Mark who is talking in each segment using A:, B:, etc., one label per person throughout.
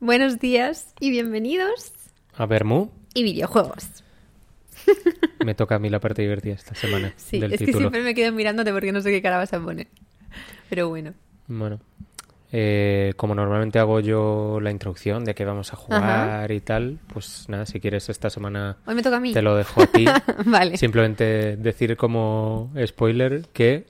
A: Buenos días y bienvenidos
B: A ver, Mu,
A: y videojuegos.
B: me toca a mí la parte divertida esta semana
A: Sí,
B: del
A: es que
B: título.
A: siempre me quedo mirándote porque no sé qué cara vas a poner. Pero bueno.
B: Bueno, eh, como normalmente hago yo la introducción de qué vamos a jugar y tal, pues nada, si quieres esta semana
A: Hoy me toca a mí.
B: te lo dejo a ti.
A: vale.
B: Simplemente decir como spoiler que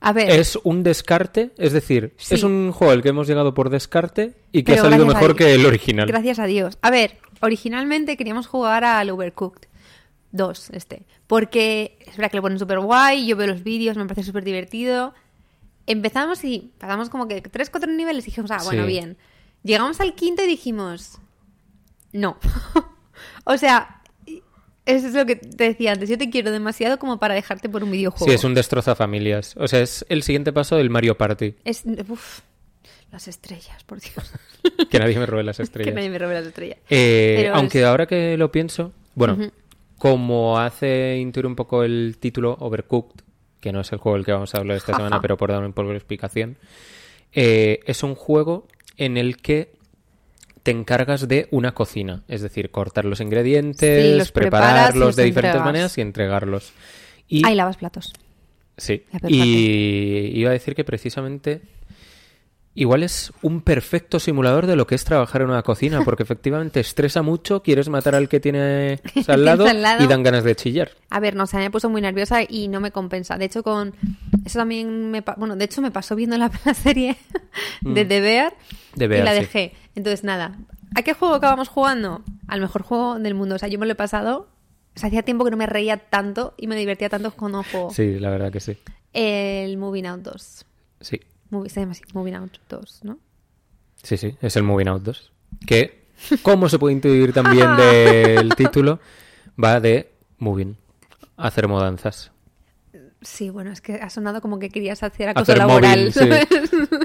A: A ver.
B: es un descarte, es decir,
A: Sí.
B: es un juego al que hemos llegado por descarte y que
A: Pero
B: ha salido
A: gracias a
B: mejor
A: Dios.
B: que el original.
A: Gracias a Dios. A ver, originalmente queríamos jugar al Overcooked 2, este. Porque es verdad que lo ponen súper guay, yo veo los vídeos, me parece súper divertido. Empezamos y pasamos como que 3, 4 niveles y dijimos, ah, bueno,
B: Sí.
A: bien. Llegamos al quinto y dijimos, no. o sea, eso es lo que te decía antes. Yo te quiero demasiado como para dejarte por un videojuego.
B: Sí, es un destroza familias. O sea, es el siguiente paso del Mario Party.
A: Es- uf, las estrellas, por Dios.
B: Que nadie me robe las
A: que
B: estrellas.
A: nadie me robe las estrellas.
B: Eh,
A: Pero
B: aunque
A: es-
B: ahora que lo pienso, bueno, como hace intuir un poco el título Overcooked, que no es el juego del que vamos a hablar esta semana, pero por dar un poco de explicación, eh, es un juego en el que te encargas de una cocina, es decir, cortar los ingredientes,
A: Sí, los preparas y
B: prepararlos
A: los
B: de diferentes
A: entregas.
B: maneras y entregarlos. Y
A: Ahí lavas platos.
B: Sí.
A: La perfecta.
B: Y iba a decir que precisamente igual es un perfecto simulador de lo que es trabajar en una cocina, porque efectivamente estresa mucho, quieres matar al que tienes al lado,
A: Al lado.
B: y dan ganas de chillar.
A: A ver, no, o sea, me puso muy nerviosa y no me compensa. De hecho, con eso también me... pa- Bueno, de hecho me pasó viendo la, la serie de The Bear
B: Mm. De
A: y
B: Bear,
A: la
B: sí.
A: dejé. Entonces, nada. ¿A qué juego acabamos jugando? Al mejor juego del mundo. O sea, yo me lo he pasado... O sea, hacía tiempo que no me reía tanto y me divertía tanto con un juego.
B: Sí, la verdad que sí.
A: El Moving Out 2.
B: Sí,
A: Movie- se llama así, Moving Out 2, ¿no?
B: sí, sí. Es el Moving Out 2. Que, como se puede intuir también del título, va de moving, hacer mudanzas.
A: Sí, bueno, es que ha sonado como que querías hacer acoso
B: hacer
A: laboral.
B: móvil, sí.
A: ¿sabes?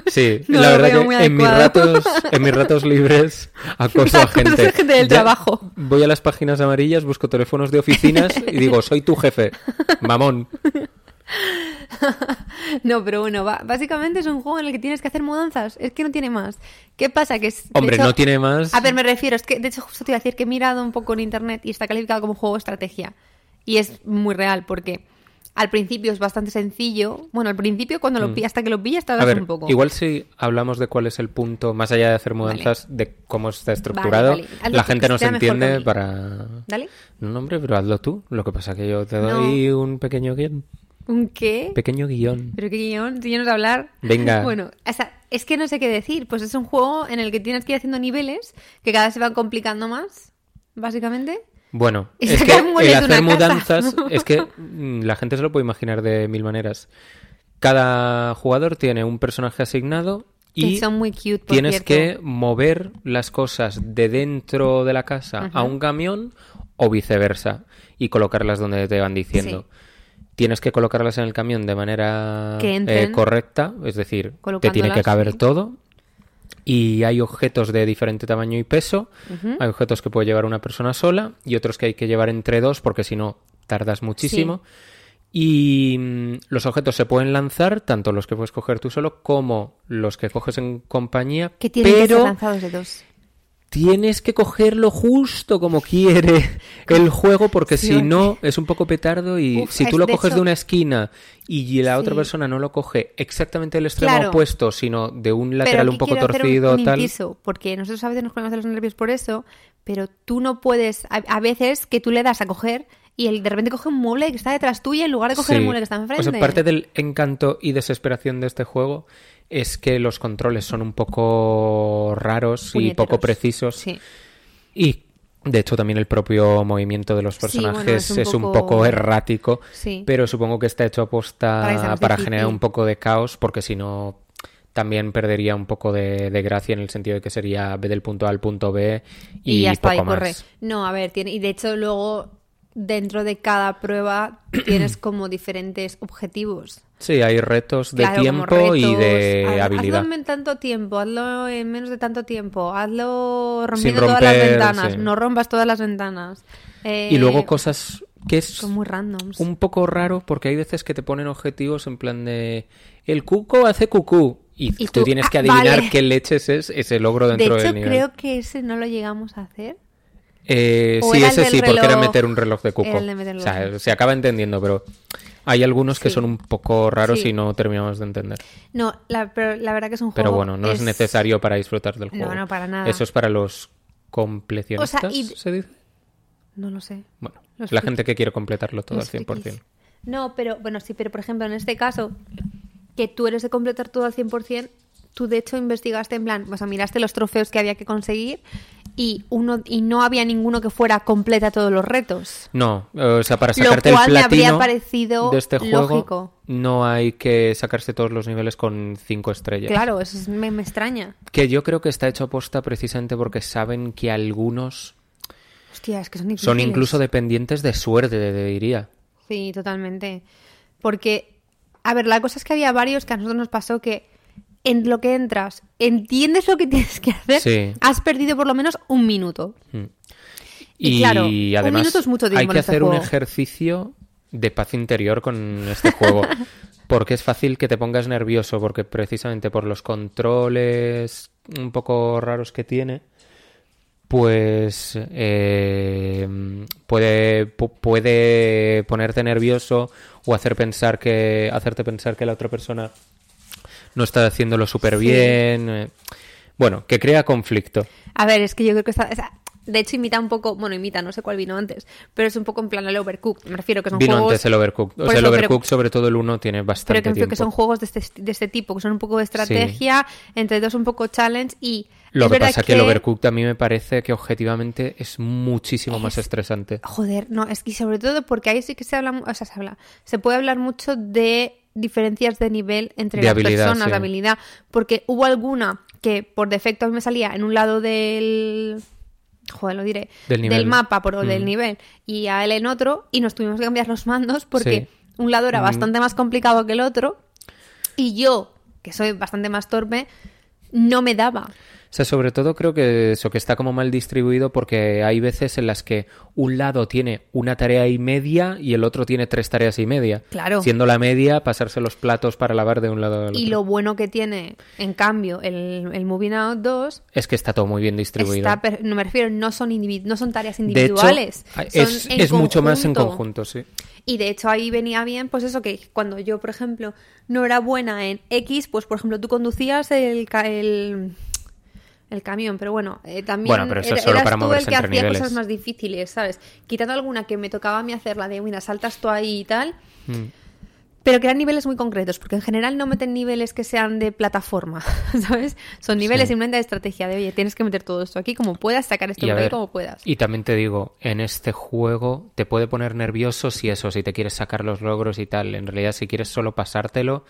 B: Sí,
A: No
B: la
A: lo
B: verdad
A: veo
B: que
A: muy
B: en mis,
A: adecuado.
B: ratos, en mis ratos libres acoso a
A: Acoso a
B: gente.
A: gente del
B: Ya
A: trabajo.
B: Voy a las páginas amarillas, busco teléfonos de oficinas y digo, soy tu jefe, mamón.
A: No, pero bueno, ba- básicamente es un juego en el que tienes que hacer mudanzas. Es que no tiene más. ¿Qué pasa? Que es, de
B: Hombre,
A: hecho-
B: no tiene más.
A: A ver, me refiero, es que de hecho justo te iba a decir que he mirado un poco en internet y está calificado como juego estrategia. Y es muy real porque al principio es bastante sencillo. Bueno, al principio cuando lo pillas, hasta que lo pillas tardas
B: Mm. A ver,
A: un poco.
B: igual si hablamos de cuál es el punto, más allá de hacer mudanzas, de cómo está estructurado,
A: vale. Haz lo
B: la
A: que
B: gente no se
A: sea mejor para
B: entiende
A: mí.
B: para...
A: ¿Dale?
B: No, hombre, pero hazlo tú. Lo que pasa que yo te doy un pequeño guión.
A: ¿Un qué?
B: Pequeño guión.
A: Pero qué guión, si ya nos va a hablar.
B: Venga.
A: Bueno, o sea, es que no sé qué decir. Pues es un juego en el que tienes que ir haciendo niveles que cada vez se van complicando más, básicamente.
B: Bueno,
A: Y
B: es que
A: sacar muebles
B: el
A: de una
B: hacer
A: casa.
B: mudanzas es que mm, la gente se lo puede imaginar de mil maneras. Cada jugador tiene un personaje asignado y
A: que son muy cute, por
B: tienes
A: cierto.
B: que mover las cosas de dentro de la casa a un camión o viceversa y colocarlas donde te van diciendo. Tienes que colocarlas en el camión de manera
A: Que entren.
B: eh, correcta, es decir, te tiene que
A: Colocándolas,
B: caber
A: sí.
B: todo. Y hay objetos de diferente tamaño y peso.
A: ¿Mm?
B: Hay objetos que puede llevar una persona sola y otros que hay que llevar entre dos porque si no tardas muchísimo. Y mm, los objetos se pueden lanzar, tanto los que puedes coger tú solo como los que coges en compañía.
A: Que tienen que ser
B: pero
A: lanzados de dos.
B: tienes que cogerlo justo como quiere el juego porque
A: Sí,
B: si
A: porque-
B: no es un poco petardo y
A: Uf,
B: si
A: es-
B: tú lo
A: de
B: coges
A: hecho-
B: de una esquina y la otra
A: Sí.
B: persona no lo coge exactamente del extremo
A: Claro.
B: opuesto, sino de un
A: Pero
B: lateral
A: aquí
B: un poco
A: quiero hacer
B: torcido,
A: un, un
B: tal.
A: inciso, porque nosotros a veces nos ponemos de los nervios por eso, pero tú no puedes, a, a veces que tú le das a coger y él de repente coge un mueble que está detrás tuya en lugar de coger
B: Sí.
A: el mueble que está enfrente.
B: O sea, parte del encanto y desesperación de este juego es que los controles son un poco raros y
A: Puñeteros.
B: poco precisos.
A: Sí.
B: Y de hecho también el propio movimiento de los
A: Sí, bueno,
B: personajes
A: es
B: es,
A: un
B: un, poco...
A: poco
B: errático,
A: Sí.
B: pero supongo que está hecho aposta
A: Para que sea
B: para,
A: más difícil.
B: generar un poco de caos, porque si no también perdería un poco de, de gracia en el sentido de que sería ve del punto A al punto B y,
A: y hasta
B: poco
A: ahí corre.
B: más.
A: No, a ver, tiene, y de hecho luego dentro de cada prueba tienes como diferentes objetivos.
B: Sí, hay retos de
A: Claro, como
B: tiempo y
A: retos,
B: de
A: haz-
B: habilidad.
A: Hazlo en tanto tiempo, hazlo en menos de tanto tiempo, hazlo
B: Sin
A: rompiendo todas las
B: romper,
A: ventanas,
B: sí.
A: no rompas todas las ventanas.
B: Y luego
A: cosas
B: cosas que es
A: Son muy randoms.
B: un poco raro porque hay veces que te ponen objetivos en plan de el cuco hace cucú y, y tú, tienes que adivinar vale. qué leches es ese logro dentro
A: "Ah, de
B: del
A: hecho,
B: nivel.
A: creo que ese no lo llegamos a hacer.
B: Eh,
A: ¿O
B: sí,
A: era el
B: ese
A: del
B: sí, porque era
A: reloj?
B: meter un reloj de cupo.
A: Era el de meter el
B: o sea,
A: reloj.
B: se acaba entendiendo, pero hay algunos que
A: Sí.
B: son un poco raros
A: Sí.
B: y no terminamos de entender.
A: No, la, pero la verdad que es un juego.
B: Pero bueno, no es, necesario para disfrutar del
A: No,
B: juego.
A: no, para nada.
B: Eso es para los completionistas,
A: O sea, y-
B: ¿se dice?
A: No lo sé.
B: Bueno,
A: Los
B: la
A: frikis.
B: gente que quiere completarlo todo
A: Los
B: al 100%.
A: frikis. No, pero bueno, sí, pero por ejemplo, en este caso, que tú eres de completar todo al 100%, tú de hecho investigaste en plan, o sea, miraste los trofeos que había que conseguir y uno y no había ninguno que fuera completa todos los retos.
B: No, o sea, para
A: Lo
B: sacarte
A: cual
B: el
A: me habría
B: platino
A: parecido
B: de este juego
A: lógico.
B: no hay que sacarse todos los niveles con cinco estrellas.
A: Claro, eso es- me, me extraña.
B: Que yo creo que está hecho aposta precisamente porque saben que algunos
A: Hostia, es que son difíciles.
B: son incluso dependientes de suerte, te diría.
A: Sí, totalmente. Porque, a ver, la cosa es que había varios que a nosotros nos pasó que en lo que entras, entiendes lo que tienes que hacer,
B: Sí.
A: has perdido por lo menos un minuto. Y
B: Y,
A: claro, un
B: además
A: minuto es mucho
B: hay
A: tiempo en
B: que
A: este
B: hacer un
A: juego.
B: ejercicio de paz interior con este juego. porque es fácil que te pongas nervioso, porque precisamente por los controles un poco raros que tiene, pues eh, puede, pu- puede ponerte nervioso o hacer pensar que, hacerte pensar que la otra persona no está haciéndolo súper bien. Bueno, que crea conflicto.
A: A ver, es que yo creo que está... esa- de hecho, imita un poco, bueno, imita, no sé cuál vino antes, pero es un poco en plan el Overcooked. Me refiero que son
B: Vino
A: juegos...
B: antes el Overcooked. O
A: Por
B: sea, el
A: eso, pero-
B: Overcooked, sobre todo el 1, tiene
A: pero
B: bastante
A: que me refiero
B: tiempo.
A: que son juegos de este, de este tipo, que son un poco de estrategia, entre dos un poco challenge y...
B: Lo
A: es
B: que
A: verdad
B: pasa es que el Overcooked a mí me parece que objetivamente es muchísimo más estresante.
A: Joder, no, es que sobre todo porque ahí sí que se habla, mu- o sea, se habla, se puede hablar mucho de diferencias de nivel entre
B: De
A: las
B: habilidad,
A: personas,
B: sí.
A: de habilidad, porque hubo alguna que por defecto a mí me salía en un lado del joder, lo diré,
B: Del nivel.
A: mapa por, o del
B: Mm.
A: nivel y a él en otro y nos tuvimos que cambiar los mandos porque
B: Sí.
A: un lado era
B: Mm.
A: bastante más complicado que el otro y yo, que soy bastante más torpe, no me daba.
B: O sea, sobre todo creo que eso que está como mal distribuido porque hay veces en las que un lado tiene una tarea y media y el otro tiene tres tareas y media.
A: Claro.
B: Siendo la media pasarse los platos para lavar de un lado al otro.
A: Y lo bueno que tiene, en cambio, el, el Moving Out 2
B: Es que está todo muy bien distribuido.
A: Está per- no me refiero, no son, indivi- no son tareas
B: de hecho,
A: individuales. son
B: es,
A: en
B: es mucho más en
A: conjunto.
B: conjunto, sí.
A: Y de hecho ahí venía bien, pues eso, que cuando yo, por ejemplo, no era buena en X, pues por ejemplo tú conducías el, ca- el, el camión, pero bueno, eh, también
B: Bueno, pero eso es solo
A: eras
B: para
A: tú el
B: moverse
A: que
B: entre
A: hacía
B: niveles.
A: cosas más difíciles, ¿sabes? Quitando alguna que me tocaba a mí hacer, la de, mira, saltas tú ahí y tal.
B: Mm.
A: Pero que eran niveles muy concretos, porque en general no meten niveles que sean de plataforma, ¿sabes? Son niveles
B: Sí.
A: simplemente de estrategia, de oye, tienes que meter todo esto aquí como puedas, sacar esto
B: Y,
A: por
B: a
A: ahí
B: ver,
A: como puedas.
B: y también te digo, en este juego te puede poner nervioso si eso, si te quieres sacar los logros y tal. En realidad, si quieres solo pasártelo,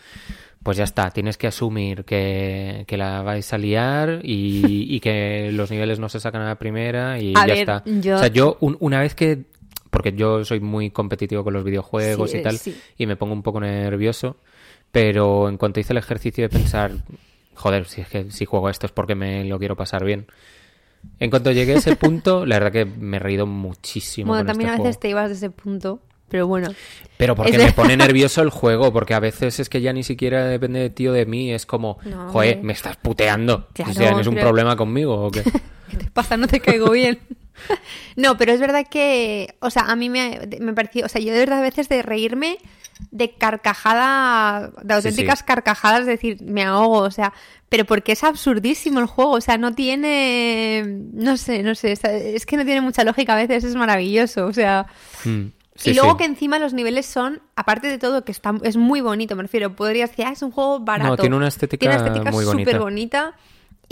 B: pues ya está. Tienes que asumir que, que la vais a liar y, y que los niveles no se sacan a la primera y
A: A
B: ya
A: ver,
B: está.
A: yo-
B: O sea, yo un- una vez que... Porque yo soy muy competitivo con los videojuegos
A: Sí,
B: y tal,
A: sí.
B: y me pongo un poco nervioso, pero en cuanto hice el ejercicio de pensar, joder, si, es que, si juego a esto es porque me lo quiero pasar bien. En cuanto llegué a ese punto, la verdad que me he reído muchísimo.
A: Bueno,
B: con
A: también
B: este
A: a veces
B: juego.
A: te ibas de ese punto, pero bueno.
B: Pero porque
A: es
B: me
A: verdad.
B: pone nervioso el juego, porque a veces es que ya ni siquiera depende de ti o de mí. Es como,
A: No,
B: joder,
A: hombre.
B: me estás puteando.
A: Claro,
B: o sea, ¿no es un
A: pero-
B: problema conmigo o qué?
A: ¿Qué te pasa? No te caigo bien. No, pero es verdad que, o sea, a mí me, me pareció, o sea, yo de verdad a veces de reírme de carcajada, de auténticas
B: sí.
A: carcajadas, es decir, me ahogo, o sea, pero porque es absurdísimo el juego, o sea, no tiene, no sé, no sé, o sea, es que no tiene mucha lógica a veces, es maravilloso, o sea,
B: Mm, sí,
A: y luego
B: sí.
A: que encima los niveles son, aparte de todo, que está, es muy bonito, me refiero. Podría decir, ah, es un juego barato.
B: No, tiene una estética
A: Tiene una estética
B: muy bonita.
A: súper bonita.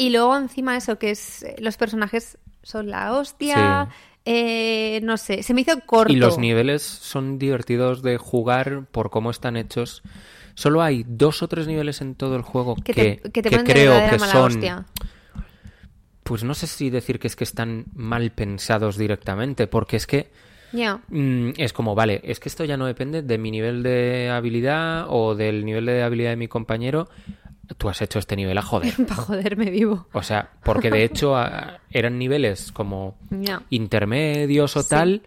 A: Y luego encima eso, que es eh, los personajes son la hostia. eh, no sé, se me hizo corto.
B: Y los niveles son divertidos de jugar por cómo están hechos. Solo hay dos o tres niveles en todo el juego que,
A: que, te, que te
B: que
A: ponen de
B: creo
A: verdadera
B: que
A: mala
B: son...
A: hostia.
B: Pues no sé si decir que es que están mal pensados directamente, porque es que...
A: Ya.
B: Mm, es como, vale, es que esto ya no depende de mi nivel de habilidad o del nivel de habilidad de mi compañero. Tú has hecho este nivel a joder.
A: Para joderme vivo.
B: O sea, porque de hecho a- eran niveles como
A: Ya.
B: intermedios o
A: Sí.
B: tal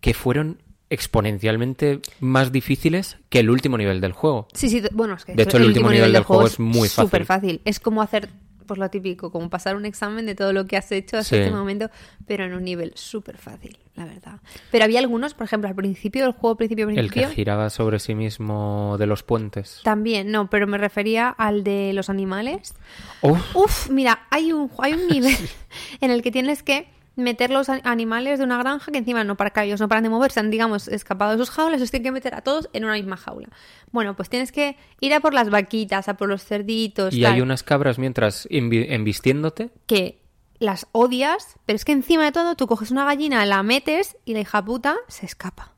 B: que fueron exponencialmente más difíciles que el último nivel del juego.
A: Sí, sí, bueno, es que
B: De hecho, el último nivel del juego es muy fácil.
A: Súper fácil. Es como hacer, pues lo típico, como pasar un examen de todo lo que has hecho hasta
B: Sí.
A: este momento, pero en un nivel súper fácil, la verdad. Pero había algunos, por ejemplo, al principio del juego, principio,
B: El que
A: principio.
B: giraba sobre sí mismo de los puentes.
A: También, no, pero me refería al de los animales.
B: Uf,
A: Uf, mira, hay un, hay un nivel en el que tienes que meter los a- animales de una granja que encima no para que ellos no paran de moverse, han, digamos, escapado de sus jaulas, los tienes que meter a todos en una misma jaula. Bueno, pues tienes que ir a por las vaquitas, a por los cerditos,
B: y
A: tal,
B: hay unas cabras mientras envi- embistiéndote.
A: que las odias, pero es que encima de todo tú coges una gallina, la metes y la hija puta se escapa.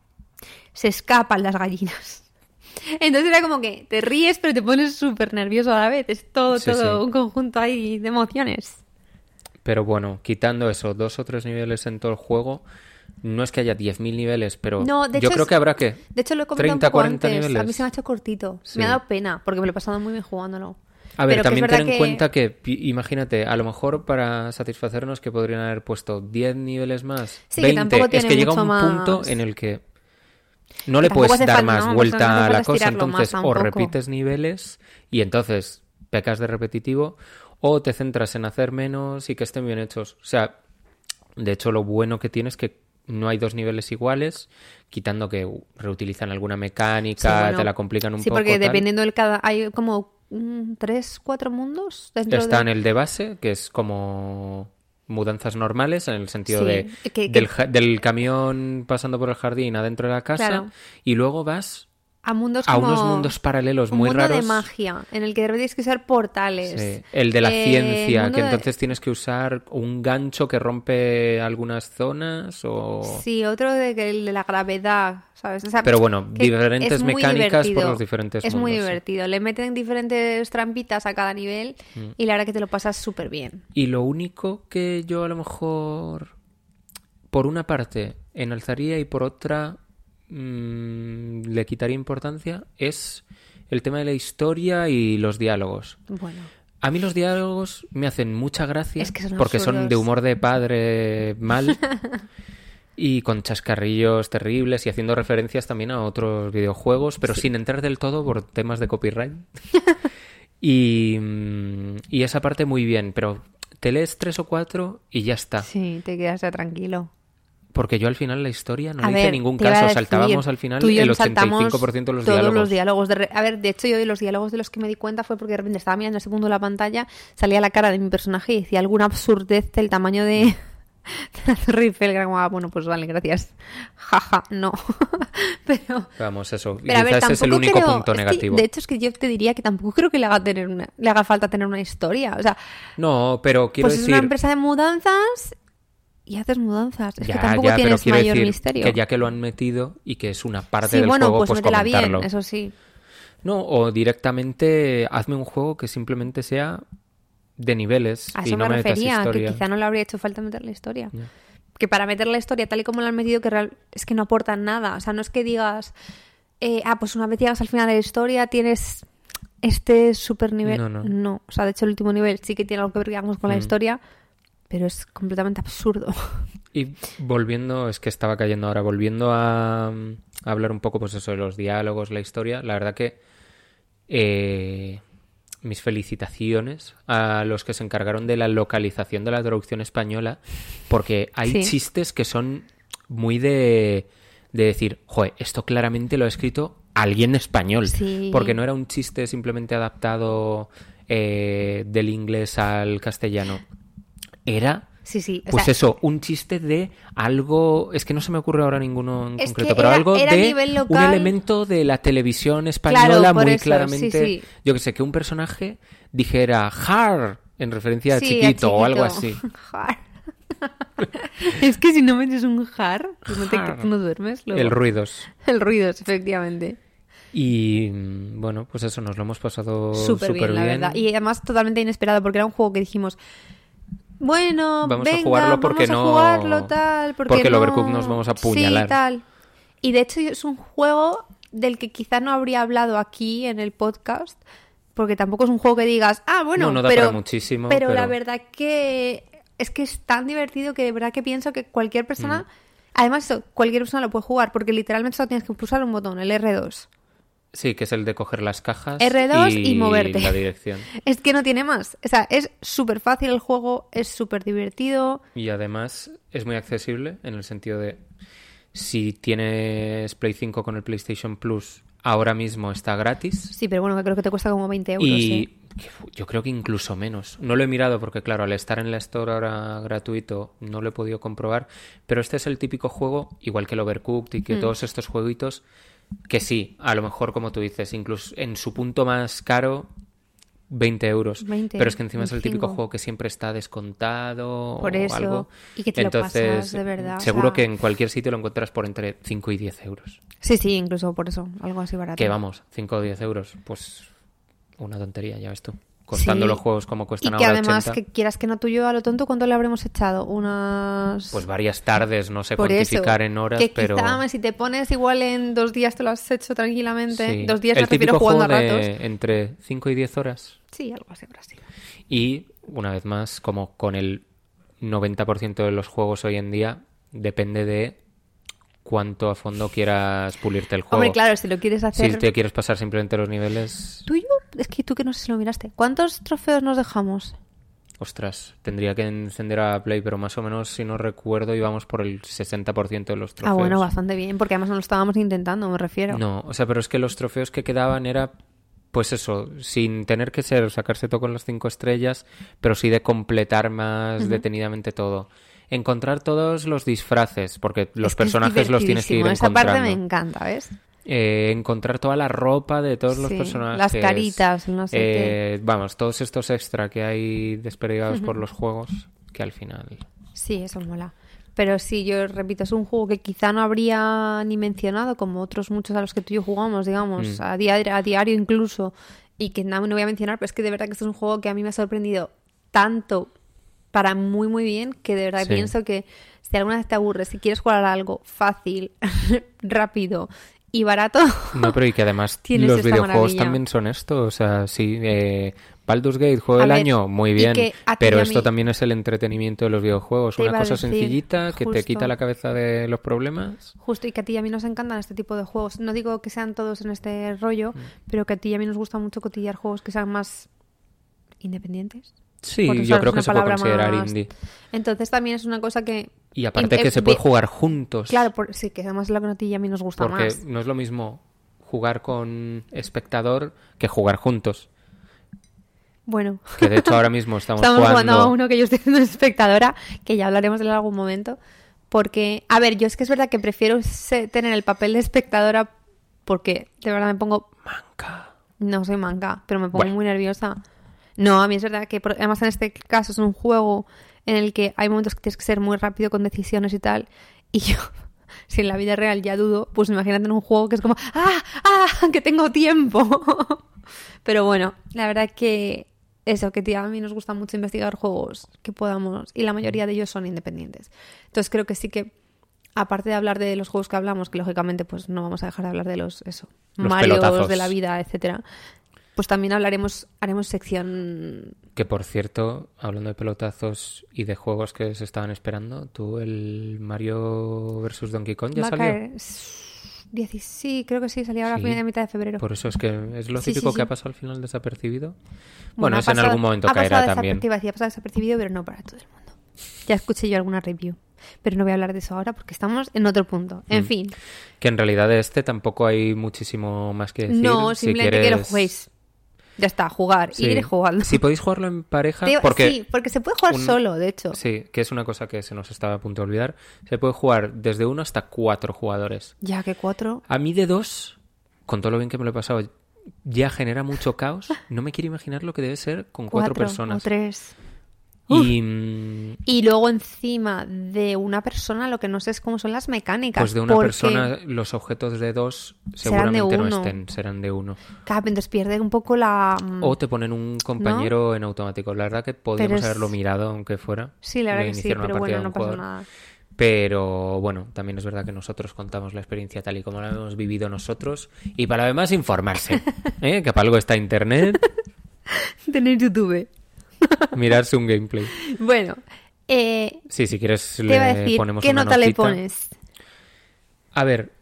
A: Se escapan las gallinas. Entonces era como que te ríes pero te pones súper nervioso a la vez. Es todo,
B: Sí,
A: todo
B: sí.
A: un conjunto ahí de emociones.
B: Pero bueno, quitando eso, dos o tres niveles en todo el juego, no es que haya 10.000 niveles, pero
A: No, de
B: yo
A: hecho
B: creo
A: es-
B: que habrá que...
A: De hecho, lo he comentado un
B: 30,
A: poco
B: 40
A: antes.
B: niveles.
A: A mí se me ha hecho cortito.
B: Sí.
A: Me ha dado pena, porque me lo he pasado muy bien jugándolo.
B: A
A: Pero
B: ver,
A: que es
B: también
A: verdad
B: ten en
A: que-
B: cuenta que, pi- imagínate, a lo mejor para satisfacernos que podrían haber puesto 10 niveles más,
A: Sí, que
B: 20.
A: tampoco
B: es
A: tiene
B: que llega
A: mucho
B: un punto
A: más.
B: en el que no le
A: Tampoco
B: puedes
A: hace
B: dar
A: falta,
B: más
A: ¿no? Pues no hace
B: vuelta a
A: falta
B: la cosa,
A: estirarlo más
B: entonces o
A: tampoco.
B: repites niveles y entonces pecas de repetitivo o te centras en hacer menos y que estén bien hechos. O sea, de hecho lo bueno que tiene es que no hay dos niveles iguales, quitando que uh, reutilizan alguna
A: Sí,
B: mecánica,
A: bueno,
B: te la complican un
A: Sí,
B: poco.
A: porque
B: tal.
A: dependiendo del cada. Hay como mm, tres, cuatro mundos dentro
B: Está
A: de.
B: en el de base, que es como mudanzas normales, en el sentido
A: Sí,
B: de
A: que- que-
B: del, ja- del camión pasando por el jardín adentro de la casa,
A: Claro.
B: y luego vas
A: A mundos
B: a
A: como.
B: unos mundos paralelos
A: un
B: muy
A: mundo
B: raros.
A: de magia, en el que de repente tienes que usar portales.
B: Sí, El de la
A: Eh, el
B: ciencia,
A: mundo
B: que
A: de-
B: entonces tienes que usar un gancho que rompe algunas zonas o...
A: Sí, otro de, que el de la gravedad, ¿sabes? O sea,
B: Pero bueno,
A: que
B: diferentes
A: es muy
B: mecánicas por
A: divertido.
B: los diferentes
A: Es muy
B: mundos, sí.
A: divertido. Le meten diferentes trampitas a cada nivel
B: Mm.
A: y la verdad que te lo pasas súper bien.
B: Y lo único que yo a lo mejor, por una parte, enalzaría y por otra mm, le quitaría importancia es el tema de la historia y los diálogos.
A: Bueno.
B: A mí los diálogos me hacen mucha gracia
A: Es que son
B: porque son de
A: absurdos.
B: humor de padre mal y con chascarrillos terribles y haciendo referencias también a otros videojuegos, pero sin entrar del todo por temas de copyright. y, mm, y esa parte muy bien, pero te lees tres o cuatro y ya está.
A: Sí, te quedas ya tranquilo.
B: Porque yo al final la historia no
A: a
B: le
A: ver,
B: hice ningún
A: te iba a
B: caso,
A: decir,
B: saltábamos al final
A: tú y yo
B: el
A: nos saltamos
B: 85% de
A: todos
B: los diálogos.
A: los diálogos. De re- A ver, de hecho, yo de los diálogos de los que me di cuenta fue porque de repente estaba mirando ese punto de la pantalla, salía la cara de mi personaje y decía alguna absurdez del tamaño de, de la Torre Eiffel, que era como, ah, bueno, pues vale, gracias. Jaja, no. Pero...
B: Vamos, eso.
A: Pero a ver,
B: quizás ese es el
A: tampoco
B: único
A: creo-
B: punto
A: es que,
B: negativo.
A: de hecho, es que yo te diría que tampoco creo que le haga, tener una, le haga falta tener una historia. O sea,
B: No, pero quiero
A: pues es
B: decir...
A: una empresa de mudanzas y haces mudanzas. Es que
B: Ya,
A: tampoco
B: ya, pero
A: tienes
B: quiero
A: mayor
B: decir
A: misterio.
B: que ya que lo han metido y que es una parte
A: sí,
B: del
A: bueno,
B: juego,
A: pues,
B: pues,
A: métela
B: comentarlo.
A: bien, eso sí.
B: No, o directamente hazme un juego que simplemente sea de niveles
A: A
B: y
A: eso
B: no
A: me
B: metas
A: refería, que
B: historia.
A: quizá no le habría hecho falta meter la historia. Que para meter la historia tal y como la han metido, que real- es que no aportan nada. O sea, no es que digas, eh, ah, pues una vez llegas al final de la historia tienes este super nivel.
B: No, Mm. no.
A: O sea, de hecho, el último nivel sí que tiene algo que ver digamos, con la historia, pero es completamente absurdo.
B: Y volviendo, es que estaba cayendo ahora, volviendo a, mm, a hablar un poco pues eso de los diálogos, la historia, la verdad que eh, mis felicitaciones a los que se encargaron de la localización de la traducción española, porque hay
A: Sí.
B: chistes que son muy de, de decir, joder, esto claramente lo ha escrito alguien español,
A: Sí.
B: porque no era un chiste simplemente adaptado eh, del inglés al castellano, era...
A: Sí, sí. o
B: Pues
A: sea,
B: eso, un chiste de algo. Es que no se me ocurre ahora ninguno en
A: Es que
B: concreto, pero
A: era-
B: algo
A: era a
B: de
A: nivel
B: un
A: local.
B: elemento de la televisión española
A: Claro, por
B: muy
A: eso, sí,
B: claramente.
A: sí.
B: Yo que sé, que un personaje dijera har en referencia a,
A: sí,
B: chiquito, o algo así.
A: chiquito. Jar. es que si no metes un jar, pues no, te,
B: Jar.
A: no duermes. luego.
B: El ruidos.
A: El ruido, efectivamente.
B: Y mm, bueno, pues eso, nos lo hemos pasado
A: Súper bien, la verdad. Y además totalmente inesperado, porque era un juego que dijimos, bueno,
B: Vamos a
A: venga,
B: jugarlo porque
A: vamos a
B: no-
A: jugarlo tal, porque,
B: porque el
A: no...
B: Overcooked nos vamos a apuñalar.
A: Sí, tal. Y de hecho es un juego del que quizá no habría hablado aquí en el podcast, porque tampoco es un juego que digas, ah, bueno,
B: No, no da
A: pero,
B: para muchísimo,
A: pero,
B: pero- Mm.
A: la verdad que es que es tan divertido que de verdad que pienso que cualquier persona... Además, eso, cualquier persona lo puede jugar, porque literalmente solo tienes que pulsar un botón, el R2.
B: Sí, que es el de coger las cajas.
A: R2 y moverte.
B: La dirección.
A: Es que no tiene más. O sea, es súper fácil el juego, es súper divertido.
B: Y además es muy accesible en el sentido de si tienes Play 5 con el PlayStation Plus, ahora mismo está gratis.
A: Sí, pero bueno, que creo que te cuesta como 20 euros.
B: y
A: sí.
B: yo creo que incluso menos. No lo he mirado porque, claro, al estar en la Store ahora gratuito no lo he podido comprobar. Pero este es el típico juego, igual que el Overcooked y que
A: Mm.
B: todos estos jueguitos, que sí, a lo mejor, como tú dices, incluso en su punto más caro. 20 euros.
A: 20,
B: pero es que encima es el típico
A: 25.
B: juego que siempre está descontado
A: Por
B: o
A: eso,
B: algo.
A: y que te lo pasas,
B: Entonces,
A: de verdad, o
B: Seguro
A: sea.
B: que en cualquier sitio lo encuentras por entre 5 y 10 euros.
A: Sí, sí, incluso por eso, algo así barato.
B: Que vamos, 5 o 10 euros, pues una tontería, ya ves tú. Costando
A: Sí.
B: los juegos como
A: Y
B: cuestan
A: que
B: ahora
A: además,
B: 80,
A: que quieras que no tuyo a lo tonto, ¿cuánto le habremos echado? Unas...
B: pues varias tardes, no sé
A: por eso,
B: cuantificar en horas,
A: que
B: pero...
A: quizá si te pones igual en dos días te lo has hecho tranquilamente.
B: sí.
A: Dos días
B: el
A: me refiero
B: típico
A: jugando a
B: juego
A: ratos.
B: de entre 5 y 10 horas.
A: Sí, algo así habrá sido.
B: Y, una vez más, como con el 90% de los juegos hoy en día, depende de cuánto a fondo quieras pulirte el juego.
A: Hombre, claro, si lo quieres hacer...
B: Si te quieres pasar simplemente los niveles,
A: Tú y yo, es que tú que no sé si lo miraste. ¿Cuántos trofeos nos dejamos?
B: Ostras, tendría que encender a Play, pero más o menos, si no recuerdo, íbamos por el 60% de los trofeos.
A: Ah, bueno, bastante bien, porque además no lo estábamos ni intentando, me refiero.
B: No, o sea, pero es que los trofeos que quedaban era, pues eso, sin tener que ser sacarse todo con las cinco estrellas, pero sí de completar más detenidamente todo. Encontrar todos los disfraces, porque los
A: Es que es
B: personajes los tienes que ir
A: divertidísimo, Esa
B: encontrando.
A: parte me encanta, ¿ves?
B: Eh, encontrar toda la ropa de todos los
A: Sí,
B: personajes.
A: las caritas, no sé
B: Eh, Vamos, todos estos extra que hay desperdigados por los juegos, que al final...
A: Sí, eso mola. Pero sí, yo repito, es un juego que quizá no habría ni mencionado, como otros muchos a los que tú y yo jugamos, digamos,
B: Mm.
A: a, diario, a diario incluso, y que no, no voy a mencionar, pero es que de verdad que este es un juego que a mí me ha sorprendido tanto para muy, muy bien, que de verdad
B: Sí.
A: pienso que si alguna vez te aburres, si quieres jugar a algo fácil, rápido y barato,
B: No, pero y que además
A: Tienes
B: los
A: esta
B: videojuegos
A: maravilla.
B: también son esto. O sea, sí, eh, Baldur's Gate, juego
A: A
B: del
A: ver,
B: año, muy
A: y
B: bien.
A: que a ti
B: Pero
A: y a
B: esto
A: mí-
B: también es el entretenimiento de los videojuegos.
A: Te
B: Una
A: iba a
B: cosa
A: decir,
B: sencillita que te
A: justo.
B: quita la cabeza de los problemas.
A: Justo, y que a ti y a mí nos encantan este tipo de juegos. No digo que sean todos en este rollo,
B: Mm.
A: pero que a ti y a mí nos gusta mucho cotillar juegos que sean más independientes.
B: Sí,
A: por
B: yo
A: usar
B: creo
A: una
B: que se puede
A: palabra
B: considerar
A: más.
B: indie.
A: Entonces también es una cosa que...
B: Y aparte
A: Im-
B: que
A: eh,
B: se puede
A: vi-
B: jugar juntos.
A: Claro, por- sí, que además es lo que a ti y a mí nos gusta
B: porque
A: más.
B: no es lo mismo jugar con espectador que jugar juntos.
A: Bueno,
B: Que de hecho ahora mismo estamos,
A: estamos jugando... a uno que yo estoy siendo espectadora, que ya hablaremos de él en algún momento. Porque, a ver, yo es que es verdad que prefiero se- tener el papel de espectadora porque de verdad me pongo
B: Manca.
A: No soy manga, pero me pongo
B: Bueno.
A: muy nerviosa. No, a mí es verdad que, por- además en este caso es un juego en el que hay momentos que tienes que ser muy rápido con decisiones y tal. Y yo, si en la vida real ya dudo, pues imagínate en un juego que es como, ¡ah! ¡ah! ¡que tengo tiempo! pero bueno, la verdad que eso, que tía, a mí nos gusta mucho investigar juegos que podamos, y la mayoría de ellos son independientes. Entonces creo que sí que, aparte de hablar de los juegos que hablamos, que lógicamente pues no vamos a dejar de hablar de los, eso,
B: Los
A: Marios
B: pelotazos.
A: de la vida, etcétera. Pues también hablaremos, haremos sección.
B: Que por cierto, hablando de pelotazos y de juegos que se estaban esperando, tú el Mario vs Donkey Kong ya
A: va a
B: salió.
A: caer. dieci- Sí, creo que sí, salía ahora
B: Sí.
A: a fin- a mitad de febrero.
B: Por eso es que es lo
A: Sí, sí,
B: típico
A: sí.
B: que ha pasado al final desapercibido. Bueno,
A: Bueno, ha
B: eso en
A: pasado-
B: algún momento
A: ha
B: caerá
A: pasado
B: también.
A: desapercibido- iba a decir, ha pasado desapercibido, pero no para todo el mundo. Ya escuché yo alguna review, pero no voy a hablar de eso ahora porque estamos en otro punto. En
B: Mm.
A: fin,
B: Que en realidad de este tampoco hay muchísimo más que decir.
A: no,
B: Si
A: simplemente que lo
B: quieres-
A: juguéis. Ya está, jugar,
B: Sí.
A: ir jugando.
B: Si podéis jugarlo en pareja,
A: Te-
B: porque
A: sí, porque se puede jugar
B: un-
A: solo, de hecho.
B: Sí, que es una cosa que se nos estaba a punto de olvidar. Se puede jugar desde uno hasta cuatro jugadores.
A: Ya que cuatro.
B: A mí de dos, con todo lo bien que me lo he pasado, ya genera mucho caos. No me quiero imaginar lo que debe ser con cuatro,
A: O
B: personas.
A: tres.
B: Y mm,
A: Y luego encima de una persona, lo que no sé es cómo son las mecánicas.
B: pues de una
A: porque,
B: persona los objetos de dos
A: Serán de
B: seguramente no
A: uno.
B: estén, serán de uno.
A: Claro, entonces pierde un poco la. mm,
B: O te ponen un compañero en automático. La verdad que podríamos
A: es-
B: haberlo mirado, aunque fuera.
A: Sí, la
B: de
A: verdad que sí,
B: iniciar una
A: pero
B: partida
A: bueno,
B: de
A: no
B: un
A: pasa
B: jugador.
A: nada.
B: Pero bueno, también es verdad que nosotros contamos la experiencia tal y como la hemos vivido nosotros. Y para además informarse, ¿eh? que para algo está Internet,
A: Tener YouTube.
B: mirarse un gameplay.
A: Bueno, eh,
B: Sí, si quieres
A: te iba a
B: le
A: decir,
B: ponemos
A: ¿qué
B: una
A: nota le
B: notita.
A: pones?
B: A ver,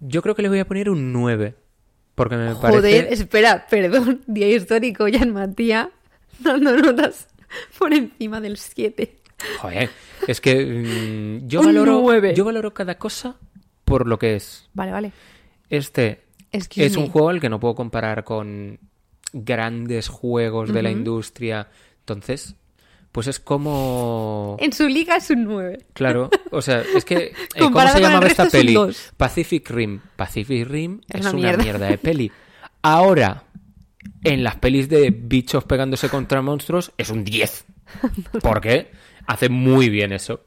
B: yo creo que le voy a poner un 9. Porque me parece.
A: Joder, espera, perdón, día histórico, Jan Matía, dando notas por encima del 7.
B: Joder, es que mm, yo,
A: Un
B: valoro,
A: nueve.
B: yo valoro cada cosa por lo que es.
A: Vale, vale.
B: Este
A: Excuse
B: es
A: me.
B: un juego al que no puedo comparar con grandes juegos de la industria. Entonces, pues es como...
A: En su liga es un 9.
B: Claro, o sea, es que... eh, ¿Cómo
A: Comparado con
B: se
A: el
B: llamaba
A: resto
B: esta
A: es un
B: peli?
A: dos.
B: Pacific Rim. Pacific Rim
A: Es
B: es,
A: una
B: una,
A: mierda.
B: mierda. de peli. Ahora, en las pelis de bichos pegándose contra monstruos, es un 10. ¿Por qué? Hace muy bien eso.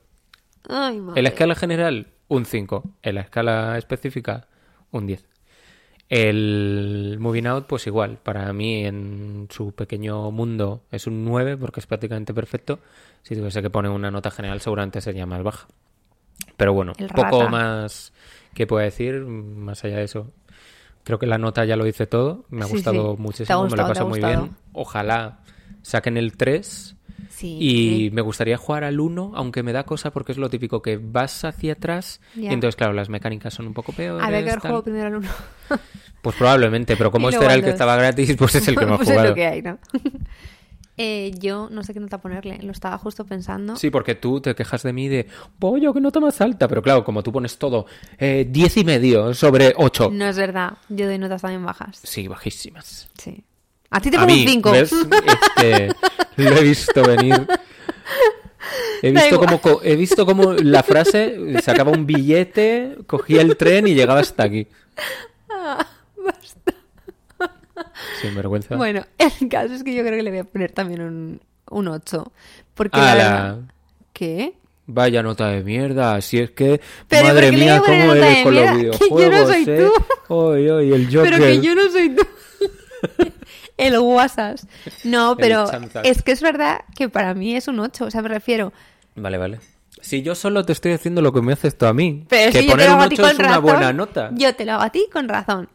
A: Ay,
B: En la
A: madre.
B: escala general, un 5. En la escala específica, un 10. El Moving Out, pues igual. Para mí, en su pequeño mundo, es un 9 porque es prácticamente perfecto. Si tuviese que poner una nota general, seguramente sería más baja. Pero bueno,
A: El
B: poco
A: rata.
B: más que pueda decir, más allá de eso. Creo que la nota ya lo dice todo. Me ha
A: Sí,
B: gustado
A: sí. Te ha
B: muchísimo,
A: gustado,
B: me lo
A: te
B: he
A: ha
B: pasado muy
A: gustado.
B: bien. Ojalá saquen el 3.
A: Sí,
B: Y
A: sí.
B: me gustaría jugar al 1, aunque me da cosa porque es lo típico que vas hacia atrás
A: Ya.
B: y entonces, claro, las mecánicas son un poco peores.
A: A ver qué
B: tal.
A: juego primero al 1.
B: Pues probablemente, pero como
A: Y
B: este
A: luego
B: era
A: al
B: el que
A: dos.
B: estaba gratis, pues es el que me ha
A: pues es
B: jugado.
A: lo que hay, ¿no? Eh, yo no sé qué nota ponerle. Lo estaba justo pensando.
B: Sí, porque tú te quejas de mí de, pollo, que nota más alta. Pero claro, como tú pones todo, eh, 10 y medio sobre 8.
A: No es verdad. Yo doy notas también bajas.
B: Sí, bajísimas.
A: Sí. A ti te
B: A
A: pongo
B: mí,
A: un 5.
B: ¿ves? Este, lo he visto venir. He
A: Da
B: visto,
A: igual.
B: como, co- he visto como la frase sacaba un billete, cogía el tren y llegaba hasta aquí.
A: Ah,
B: Sin vergüenza.
A: Bueno, el caso es que yo creo que le voy a poner también un, un 8. Porque la
B: Ala.
A: verdad... ¿Qué?
B: Vaya nota de mierda, si es que
A: Pero ¿por
B: madre
A: qué le voy
B: mía,
A: a poner
B: cómo
A: nota
B: eres
A: de
B: con los
A: mierda? Que yo no
B: videojuegos,
A: soy
B: ¿eh?
A: tú.
B: Oy, oy, el Joker.
A: Pero que yo no soy tú. el WhatsApp. No,
B: El
A: pero
B: chanzas.
A: es que es verdad que para mí es un 8. O sea, me refiero.
B: Vale, vale. Si yo solo te estoy haciendo lo que me haces tú a mí,
A: Pero
B: que
A: si yo te
B: poner
A: lo hago
B: un
A: a ti
B: 8
A: con
B: es una
A: razón,
B: buena nota.
A: Yo te lo hago a ti con razón.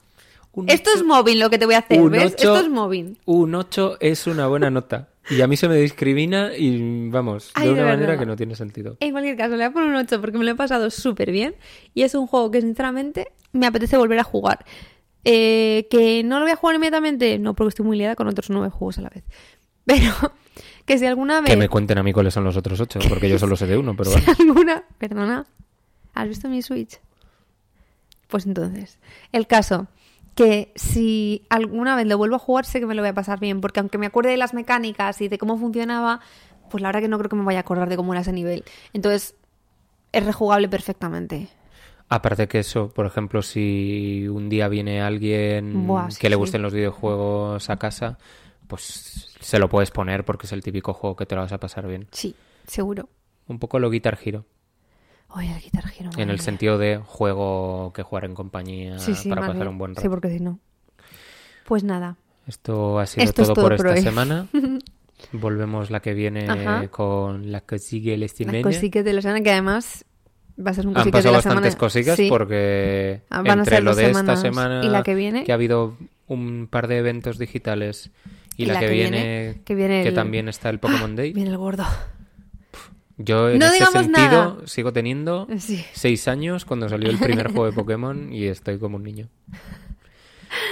B: Un
A: Esto es móvil lo que te voy a hacer,
B: Un
A: ¿ves?
B: ocho-
A: Esto es móvil.
B: Un 8 es una buena nota. Y a mí se me discrimina y vamos,
A: Ay,
B: de
A: de
B: una manera
A: verdad.
B: que no tiene sentido.
A: En cualquier caso, le voy a poner un 8 porque me lo he pasado súper bien y es un juego que sinceramente me apetece volver a jugar. Eh, que no lo voy a jugar inmediatamente, no, porque estoy muy liada con otros nueve juegos a la vez. Pero que si alguna vez...
B: Que me cuenten a mí cuáles son los otros 8, porque yo solo sé de uno, pero
A: si
B: vale.
A: alguna... Perdona, ¿has visto mi Switch? Pues entonces, el caso, que si alguna vez lo vuelvo a jugar sé que me lo voy a pasar bien, porque aunque me acuerde de las mecánicas y de cómo funcionaba, pues la verdad que no creo que me vaya a acordar de cómo era ese nivel. Entonces, es rejugable perfectamente.
B: Aparte que eso, por ejemplo, si un día viene alguien
A: Buah, sí,
B: que le
A: sí.
B: gusten los videojuegos a casa, pues se lo puedes poner porque es el típico juego que te lo vas a pasar bien.
A: Sí, seguro.
B: Un poco lo Guitar Hero,
A: Oye, el Guitar Hero, madre
B: en el
A: mía.
B: sentido de juego que jugar en compañía
A: Sí, sí,
B: para
A: más
B: pasar
A: bien.
B: un buen
A: Sí,
B: rato.
A: porque si no. Pues nada.
B: Esto ha sido
A: Esto es
B: todo,
A: todo
B: por
A: por
B: esta
A: hoy.
B: semana. Volvemos la que viene
A: Ajá.
B: con la que sigue el
A: Las
B: estimeña.
A: cosiques de la semana, que además va a ser un
B: Han
A: cosique de
B: pasado
A: la
B: bastantes
A: semana.
B: cositas
A: Sí.
B: porque
A: Ah, van a
B: entre
A: ser
B: lo
A: dos
B: de esta
A: semanas.
B: semana
A: Y la que viene.
B: ha habido un par de eventos digitales y, la, que, viene,
A: que viene el-
B: también está el Pokémon Day.
A: Viene el gordo.
B: Yo en
A: No
B: ese
A: digamos
B: sentido
A: nada.
B: sigo teniendo
A: Sí.
B: seis años cuando salió el primer juego de Pokémon y estoy como un niño.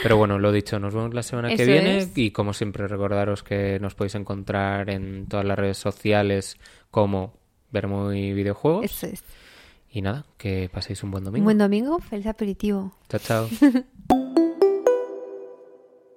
B: Pero bueno, lo dicho, nos vemos la semana que
A: Eso
B: viene
A: es.
B: y como siempre recordaros que nos podéis encontrar en todas las redes sociales como Ver Muy Videojuegos
A: Eso es.
B: y nada, que paséis un buen domingo.
A: Un buen domingo, feliz aperitivo.
B: Chao, chao.